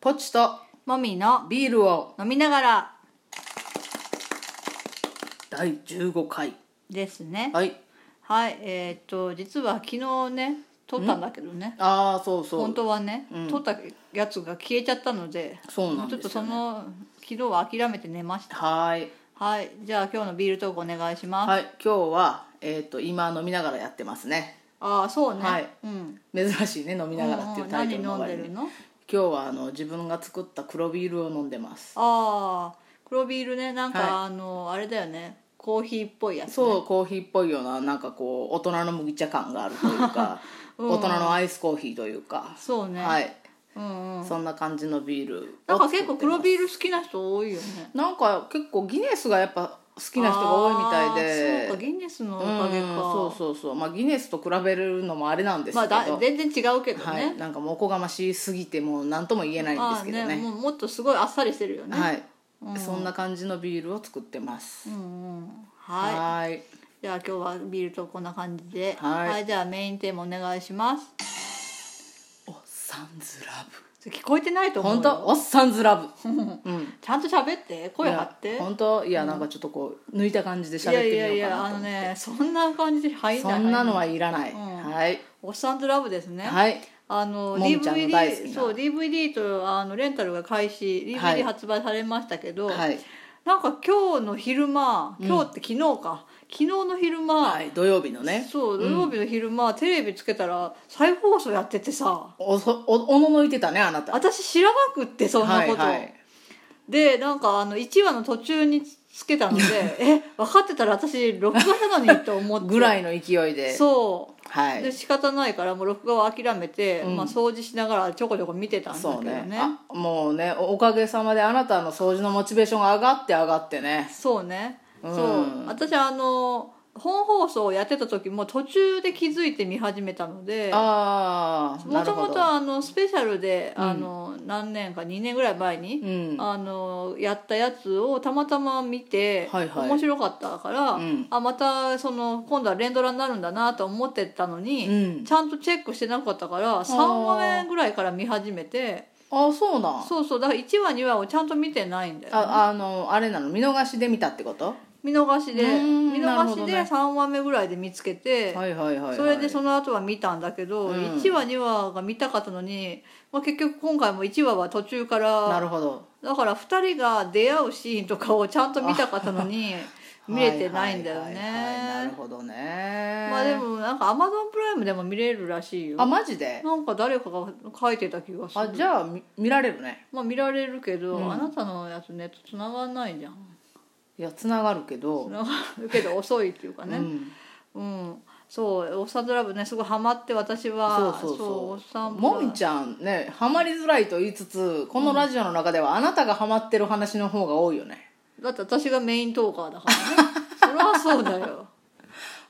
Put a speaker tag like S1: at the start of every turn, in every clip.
S1: ポチと
S2: もみの
S1: ビールを
S2: 飲みながら
S1: 第15回
S2: ですねはい、
S1: はい
S2: えーっと実は昨日ね撮ったんだけどね
S1: ああそうそう
S2: 本当はね、撮ったやつが消えちゃったので
S1: そうなんですよね
S2: ちょっとその昨日は諦めて寝ました
S1: はーい
S2: はいじゃあ今日のビールトークお願いします、
S1: はい今日はえっ、と今飲みながらやってますね
S2: ああそうね、
S1: はい
S2: うん
S1: 珍しいね飲みながらっていうタイトルの割
S2: うんうん何飲
S1: に
S2: んでるの
S1: 今日はあの自分が作った黒ビールを飲んでます
S2: ああ黒ビールねなんか、
S1: はい
S2: あのあれだよねコーヒーっぽいやつ、ね、
S1: そう、コーヒーっぽいようななんかこう大人の麦茶感があるという か、大人のアイスコーヒーというか
S2: そうね、
S1: はい、
S2: うんうん
S1: そんな感じのビール
S2: な
S1: を
S2: んか結構黒ビール好きな人多いよね
S1: なんか結構ギネスがやっぱ好きな人が多いみたいで
S2: あーそうかギネスのおかげか、
S1: うんそうそうそうまあギネスと比べるのもあれなんです
S2: ま
S1: け
S2: あ
S1: ど、
S2: だ全然違うけどね、
S1: はい、なんかもうおこがましすぎてもう何とも言えないん
S2: あ
S1: で
S2: あ
S1: すけどね
S2: もうもっとすごいあっさりしてるよね、
S1: はい、そんな感じのビールを作ってます、
S2: うんうんはい
S1: はいはい
S2: じゃあ今日はビールとこんな感じで
S1: はい
S2: じゃあメインテーマお願いします
S1: おっさんずラ
S2: それ聞こえてないと
S1: ブ
S2: 思う
S1: 本
S2: よ
S1: 当おっさんずラブ、うん、
S2: ちゃんと喋って声張って
S1: いや本当いやなんかちょっとこう抜いた感じで
S2: い
S1: 喋っ
S2: や
S1: て
S2: いや
S1: み
S2: い
S1: ようか
S2: や
S1: な
S2: あ
S1: と
S2: のねそんな感じで入んない
S1: そんなのはいらない、
S2: うん
S1: はい
S2: おっさんずラブですね
S1: はい
S2: あの
S1: もみちゃんの大好き
S2: DVD
S1: な
S2: そう DVD とあのレンタルが開始
S1: はい
S2: DVD 発売されましたけど、
S1: はい、
S2: なんか今日の昼間今日って昨日か、昨日の昼間、
S1: はい、土曜日のね
S2: そう土曜日の昼間、テレビつけたら再放送やっててさ
S1: おそおおののいてたねあなた
S2: 私知らなくってそんなこと、
S1: はいはい
S2: でなんかあの1話の途中につけた のでえ分かってたら私録画したのにと思って
S1: ぐらいの勢いで
S2: そう
S1: はい
S2: で仕方ないからもう録画を諦めて、
S1: うん
S2: まあ、掃除しながらちょこちょこ見てたんだけ
S1: そ
S2: ど
S1: う
S2: ね
S1: ねあもうねおおかげさまであなたの掃除のモチベーションが上がって上がってね
S2: そうね、
S1: うん
S2: そう私あの本放送をやってた時も途中で気づいて見始めたので
S1: ああ
S2: もともと
S1: は
S2: あのスペシャルで、あの何年か2年ぐらい前に、
S1: うん
S2: あのやったやつをたまたま見て、
S1: はいはい
S2: 面白かったから、
S1: うん
S2: あまたその今度は連ドラになるんだなと思ってたのに、
S1: うん
S2: ちゃんとチェックしてなかったから3話目ぐらいから見始めて
S1: あそうなん
S2: そうそうだから1話2話をちゃんと見てないんだよ、ね、
S1: ああのあれなの見逃しで見たってこと
S2: 見逃しで
S1: うーん
S2: 見
S1: なるほ
S2: 逃
S1: ど
S2: し
S1: ね
S2: で3話目ぐらいで見つけて、
S1: はいはいはい、はい、
S2: それでその後は見たんだけど、
S1: うん
S2: 1話2話が見たかったのに、まあ、結局今回も1話は途中か
S1: な
S2: ら
S1: るほど
S2: だから2人が出会うシーンとかをちゃんと見たかったの に見れてないんだよ
S1: はいはいはいなる
S2: ね
S1: ほどね
S2: まあでもなんかアマゾンプライムでも見れるらしいよ
S1: あマジで
S2: なんか誰かが書いてた気がす
S1: あ
S2: る
S1: じゃあみ見られるね
S2: まあ見られるけど、
S1: うん
S2: あなたのやつネット繋がんないじゃん
S1: いやつながるけど、
S2: 繋がるけど遅いっていうかね、
S1: うん、
S2: うん、そう「おっさんずラブね」すごいハマって私は
S1: そうそうそう
S2: おっさんずラブ
S1: もみちゃんねハマりづらいと言いつつこのラジオの中ではあなたがハマってる話の方が多いよね、
S2: だって私がメイントーカーだからね それはそうだよ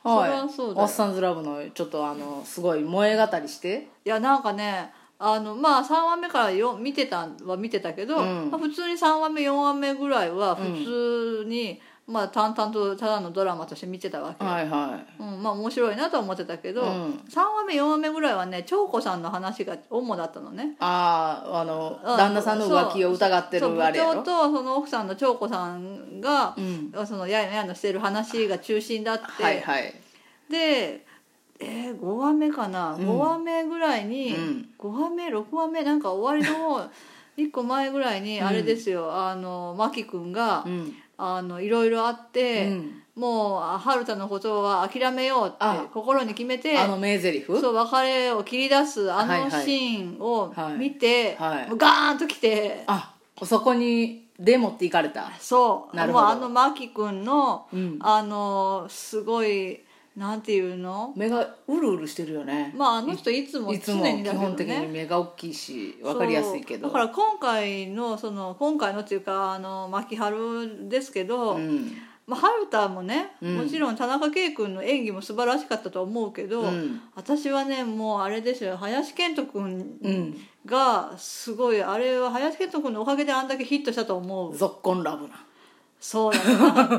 S1: は
S2: そ
S1: い、
S2: りゃそうだ
S1: お
S2: よ
S1: っさんずラブのちょっとあのすごい萌え語りして
S2: いやなんかねあのまあ3話目からよ見てたは見てたけど、
S1: うん
S2: まあ普通に3話目4話目ぐらいは普通に、まあ淡々とただのドラマとして見てたわけ、
S1: はいは
S2: うん、まあ面白いなとは思ってたけど、
S1: うん
S2: 3話目4話目ぐらいはね長子さんの話が主だったのね
S1: いあああの
S2: うん
S1: 旦那さんの浮気を疑って
S2: そう
S1: る
S2: 部
S1: あれや
S2: 長
S1: ろ
S2: とその奥さんの長子さんが
S1: う、ん
S2: そのやややのしてる話が中心だって、
S1: はいはい
S2: で、えー、5話目かな、
S1: うん
S2: 5話目ぐらいに、
S1: うん
S2: 5話目6話目なんか終 わりの1個前ぐらいに
S1: うん
S2: あれですよ、あの真木君が、
S1: うん
S2: あのいろいろあっ
S1: う
S2: て、
S1: ん
S2: もうあ春田のことは諦めようって
S1: あ
S2: 心に決めて
S1: あの名台詞
S2: そう別れを切り出すあ
S1: はい
S2: の
S1: はい
S2: シーンを
S1: はい
S2: 見て、
S1: はい
S2: もうガーンときて
S1: あそこにで持っていかれた
S2: そう
S1: なる
S2: も
S1: ほ
S2: う
S1: ど
S2: あの真木君の、
S1: うん
S2: あのすごいなんていうの
S1: 目がうるうるしてるよね
S2: まああの人いつも
S1: いつ
S2: 常
S1: も
S2: に
S1: 基
S2: だけど
S1: 本的に
S2: ね
S1: 目が大きいし
S2: そう
S1: 分かりやすいけど
S2: だから今回のその今回のっていうかあの牧春ですけど、
S1: うん
S2: まあ、春田もね、
S1: うん
S2: もちろん田中圭君の演技も素晴らしかったと思うけど、
S1: うん
S2: 私はねもうあれですよ林遣都君
S1: うん
S2: がすごい、あれは林遣都君のおかげであんだけヒットしたと思う
S1: ぞっこんラブな
S2: そうだ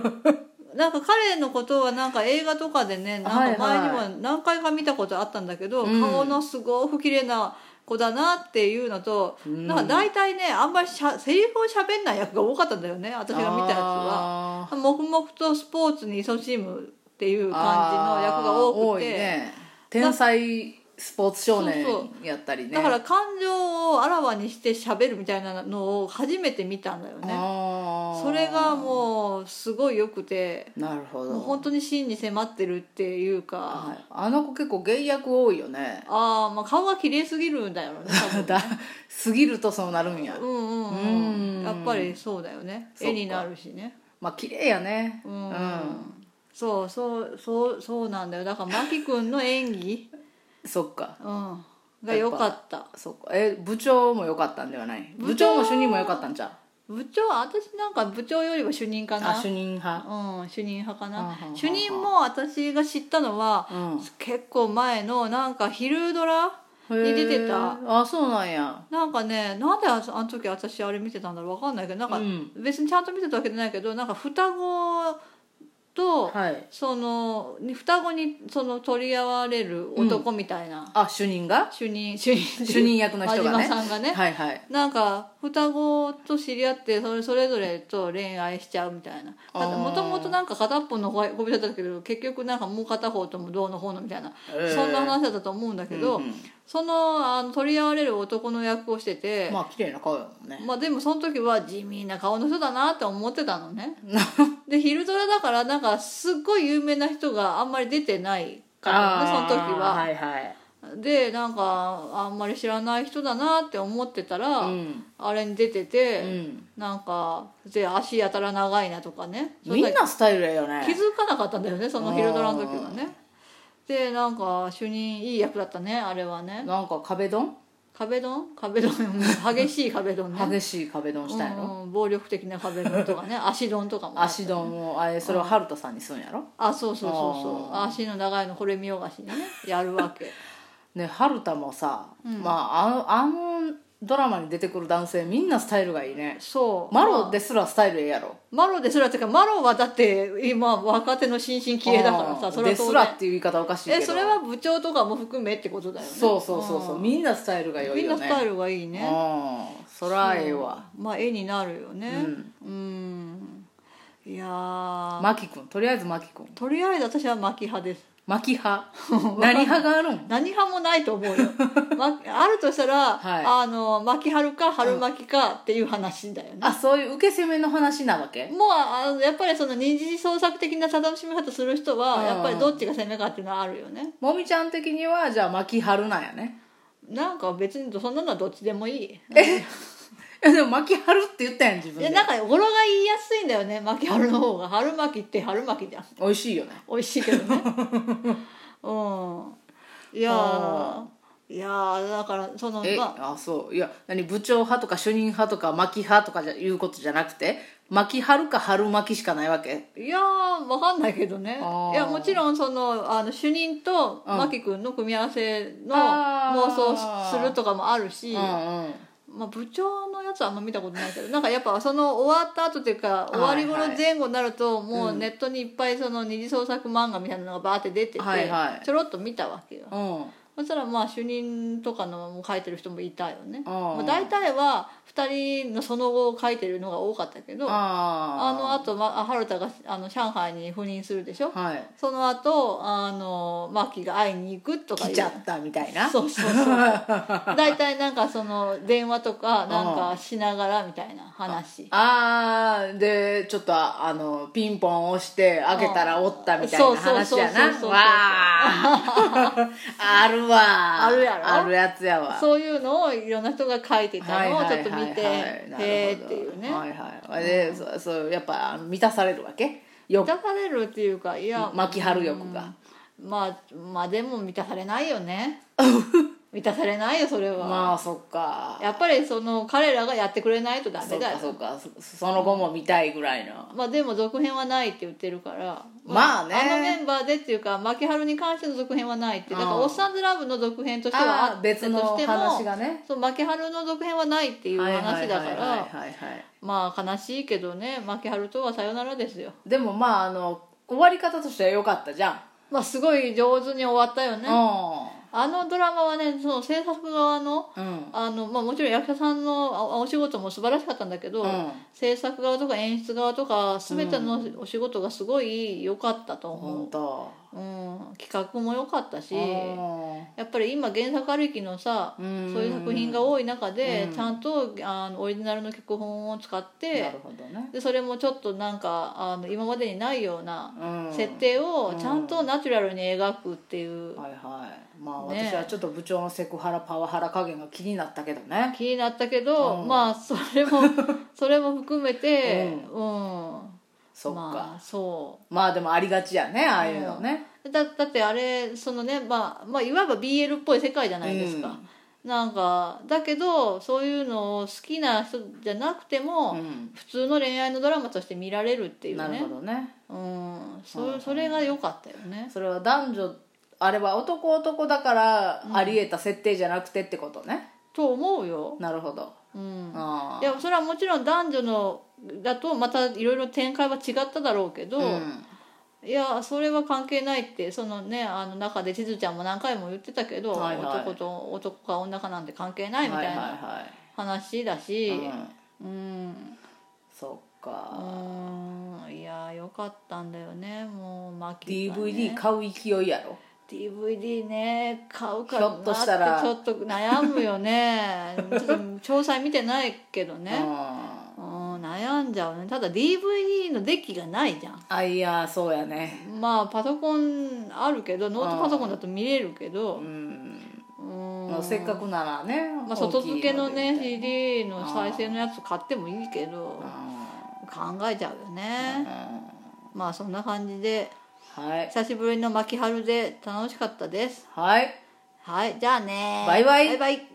S2: ななんか彼のことはなんか映画とかでねなんか前に
S1: はい
S2: も何回か見たことあったんだけど、
S1: うん
S2: 顔のすごく綺麗な子だなっていうのと、
S1: ん
S2: なんか大体ねあんまりしゃセリフを喋んない役が多かったんだよね私が見たやつは
S1: あ
S2: 黙々とスポーツに勤しむっていう
S1: ー
S2: 感じの役が多
S1: 多
S2: く
S1: い
S2: て
S1: ね天才スポーツ少年
S2: そう
S1: やったりね
S2: だから感情をあらわにして喋るみたいなのを初めて見たんだよね
S1: あー
S2: それがもうすごい良くて
S1: なるほど
S2: もう本当に真に迫ってるっていうか、
S1: はいあの子結構芸役多いよね
S2: ああまあ顔が綺麗すぎるんだよね多分
S1: だ過ぎるとそうなるん や、
S2: うんうんう
S1: うんん
S2: やっぱりそうだよね
S1: そっか
S2: 絵になるしね
S1: まあ綺麗やね
S2: うん、そうそうそうそうなんだよだから真木君の演技、
S1: そっか
S2: うん、が良かった
S1: そっかえ部長も良かったんではない
S2: 部長
S1: 部長も主任も良かったんちゃう
S2: 部長私なんか部長よりは主任かな
S1: あ主任派
S2: うん、主任派か
S1: はあ
S2: な
S1: はあはあ
S2: 主任も私が知ったのは、
S1: うん
S2: 結構前のなんか昼ドラに出てた
S1: へーあそうなんや
S2: なんかねなんでああの時私あれ見てたんだろうわかんないけどなんか
S1: うん
S2: 別にちゃんと見てたわけじゃないけどなんか双子と、
S1: はい
S2: そのに双子にその取り合われる男みたいな、
S1: あ主任が
S2: 主任主任
S1: 主任役の人が
S2: 真島
S1: ね
S2: さんがね、
S1: はいはい
S2: なんか双子と知り合ってそれそれぞれと恋愛しちゃうみたいな
S1: あー
S2: もともとなんか片っぽの方が恋人だったけど結局なんかもう片方ともどうの方のみたいな、
S1: えー
S2: そんな話だったと思うんだけど、
S1: うんうん
S2: そのあの取り合われる男の役をしてて、
S1: まあ綺麗な顔やもんね
S2: まあでもその時は地味な顔の人だなって思ってた のねで昼ドラだからなんかすっごい有名な人があんまり出てないからねその
S1: あー
S2: 時は、
S1: はいはい
S2: でなんかあんまり知らない人だなって思ってたら、
S1: うん
S2: あれに出て
S1: う
S2: て、
S1: ん
S2: なんかで足やたら長いなとかねそ
S1: みんなスタイルやよ
S2: 気
S1: ね
S2: づかなかったんだよねその昼ドラの時はねでなんか主任いい役だったねあれはね
S1: なんか壁ドン
S2: 壁ドン壁ドン激しい壁ドンね
S1: 激しい壁ドンしたんやろ
S2: うん暴力的な壁ドンとか ね足ドンとかも
S1: 足ドンをあれそれを春田さんにするんやろ
S2: あそうそうそうそう足の長いのこれ見よがしにねやる わけ
S1: ね春田もさ、まああのあのドラマに出てくる男性みんなスタイルがいいね
S2: そう
S1: マロですらスタイルええやろ
S2: マロですらっていうかマロはだって今若手の新進気鋭だから
S1: あ
S2: さ
S1: ー
S2: それは
S1: です
S2: 当
S1: ら
S2: 然
S1: っていう言い方おかしいけど
S2: えそれは部長とかも含めってことだよね
S1: そうそうそうそう、みんなスタイルが良
S2: み
S1: い
S2: ん
S1: よね
S2: なスタイルがいいね
S1: うんそらええわ
S2: まあ絵になるよねうん、いやー、
S1: マキ君とりあえずマキ君
S2: とりあえず私は巻き派です
S1: マキ 派何派があるん
S2: 何派もないと 思うよ、ま、あるとしたら、
S1: はい
S2: あの巻き春か春巻きかっていう話だよね、
S1: あそういう受け攻めの話なわけ
S2: もうあのやっぱりその二次創作的な楽しみ方する人は、
S1: うん
S2: やっぱりどっちが攻めかっていうのはあるよね
S1: もみちゃん的にはじゃあマキ春なんやね
S2: なんか別にそんなのはどっちでもいい
S1: いやでもマキ春って言ったやん自分
S2: いや
S1: で
S2: なんか語呂が言いやすいんだよね巻き春の方が春巻きって春巻きじゃん
S1: 美味しいよね
S2: 美味しいけど ねうんいやー
S1: あ
S2: いやーだからその
S1: え
S2: まあ
S1: あそういや何部長派とか主任派とか巻き派とかじゃいうことじゃなくて巻き春か春巻きしかないわけ
S2: いやーわかんないけどね
S1: あー
S2: いやもちろんそのあの主任と
S1: うん
S2: 真木君の組み合わせの
S1: あー
S2: 妄想するとかもあるし
S1: うんうん
S2: まあ、部長のやつはあんま見たことないけどなんかやっぱその終わった後っていうか終わり頃前後になるともうネットにいっぱいその二次創作漫画みたいなのがバーって出てて
S1: はいはい
S2: ちょろっと見たわけよ
S1: うん
S2: そしたらまあ主任とかのも書いてる人もいたよね、
S1: あ
S2: ま
S1: ー
S2: あ、大体は2人のその後を書いてるのが多かったけどあの
S1: あ
S2: あと、まあ、春田があの上海に赴任するでしょ
S1: あはい
S2: その後あのマキが会いに行くとかい
S1: 来
S2: う
S1: ちゃったみたいな
S2: そう そうそう大体なんかその電話とかなんかしながらみたいな話
S1: ああでちょっとああのピンポン押して開けたらおったみたい
S2: そう
S1: な
S2: そうそう
S1: 話
S2: そう
S1: やなわ
S2: そうそう
S1: ああるわ
S2: あるやろ
S1: あるやつやわ
S2: そういうのをいろんな人が書いてたのをちょっと見て
S1: はいはいはいはい
S2: へーっていうね
S1: はいはいで、そそうやっぱ満たされるわけよ
S2: 満たされるっていうかいや
S1: 巻き春欲が
S2: まあまあでも満たされないよ ね満たされないよそれは、
S1: まあそっか
S2: やっぱりその彼らがやってくれないとダ
S1: そ
S2: メ
S1: っ
S2: だ
S1: か
S2: よ
S1: そっかそその後も見たいぐらいの
S2: まあでも続編はないって言ってるから
S1: まあね
S2: あのメンバーでっていうか牧春に関しての続編はないってだから「
S1: うん
S2: おっさんずラブ」の続編としてはあ
S1: あ
S2: っ
S1: ー
S2: た
S1: 別の
S2: としても
S1: 話がね
S2: そう牧春の続編はないっていう話だか
S1: はいはい
S2: ら
S1: はいはいはい
S2: まあ悲しいけどね牧春とはさよならですよ
S1: でもまああの終わり方としては良かったじゃん
S2: まあすごい上手に終わった
S1: う
S2: よね
S1: ん
S2: あのドラマはねその制作側の
S1: うん
S2: あの、まあ、もちろん役者さんのおお仕事も素晴らしかったんだけど、
S1: うん
S2: 制作側とか演出側とか全てのお仕事がすごい良かったと思
S1: 本当
S2: う、うん企画も良かったし
S1: うん
S2: やっぱり今原作ありきのさ、
S1: うん
S2: そういう作品が多い中で、
S1: うん
S2: ちゃんとあのオリジナルの脚本を使っ
S1: な
S2: て
S1: るほどね、
S2: でそれもちょっとなんかあの今までにないような
S1: うん、
S2: 設定をちゃんとナチュラルに描くっていう、
S1: はいはいまあ
S2: ね
S1: 私はちょっと部長のセクハラパワハラ加減が気になったけどね
S2: 気になったけど、
S1: うん
S2: まあそれ もそれも含めてうん、
S1: そっか、
S2: まあ、そ
S1: まあでもありがちやねああいうのね、
S2: うだだってあれそのね、まあ、まあいわば BL っぽい世界じゃないですか、なんかだけどそういうのを好きな人じゃなくても、
S1: うん
S2: 普通の恋愛のドラマとして見られるっていう
S1: なる
S2: ね
S1: ほどね
S2: うん
S1: うんう
S2: そ
S1: ん
S2: それが良かったよね
S1: それは男女あれは男男だからあり得た設定じゃなくてってことね、
S2: と思うよ、
S1: なるほど
S2: うん、
S1: あ
S2: いやそれはもちろん男女のだとまたいろいろ展開は違っただろうけど、
S1: うん
S2: いやそれは関係ないってそのねあの中で千鶴ちゃんも何回も言ってたけど、
S1: はいはい
S2: 男と男か女かなんて関係な
S1: はいい
S2: み
S1: は
S2: た
S1: い
S2: いな
S1: は
S2: 話だ
S1: い、
S2: し、
S1: うん、
S2: うん
S1: そっか、
S2: うんいやよかったんだよねもうマキがね
S1: DVD 買う勢いやろ
S2: DVD ね買うか
S1: ひょっとしたら
S2: なってちょっと悩む よねちょっと詳細見てないけどね、
S1: う
S2: うん、悩んじゃうねただ DVD のデッキがないじゃん
S1: んあいやそうやね
S2: まあパソコンあるけどノートパソコンだと見れるけど
S1: うん、
S2: うん
S1: まあ、せっかくならね、
S2: まあ、外付けのね
S1: 大きいのでみ
S2: CD の再生のやつ買ってもいいけど
S1: たい
S2: 考えちゃうよ
S1: な
S2: ねまあそんな感じで
S1: うんはい
S2: 久しぶりの巻き春で楽しかったです
S1: はい
S2: はいじゃあね
S1: バイバイ
S2: バイバイ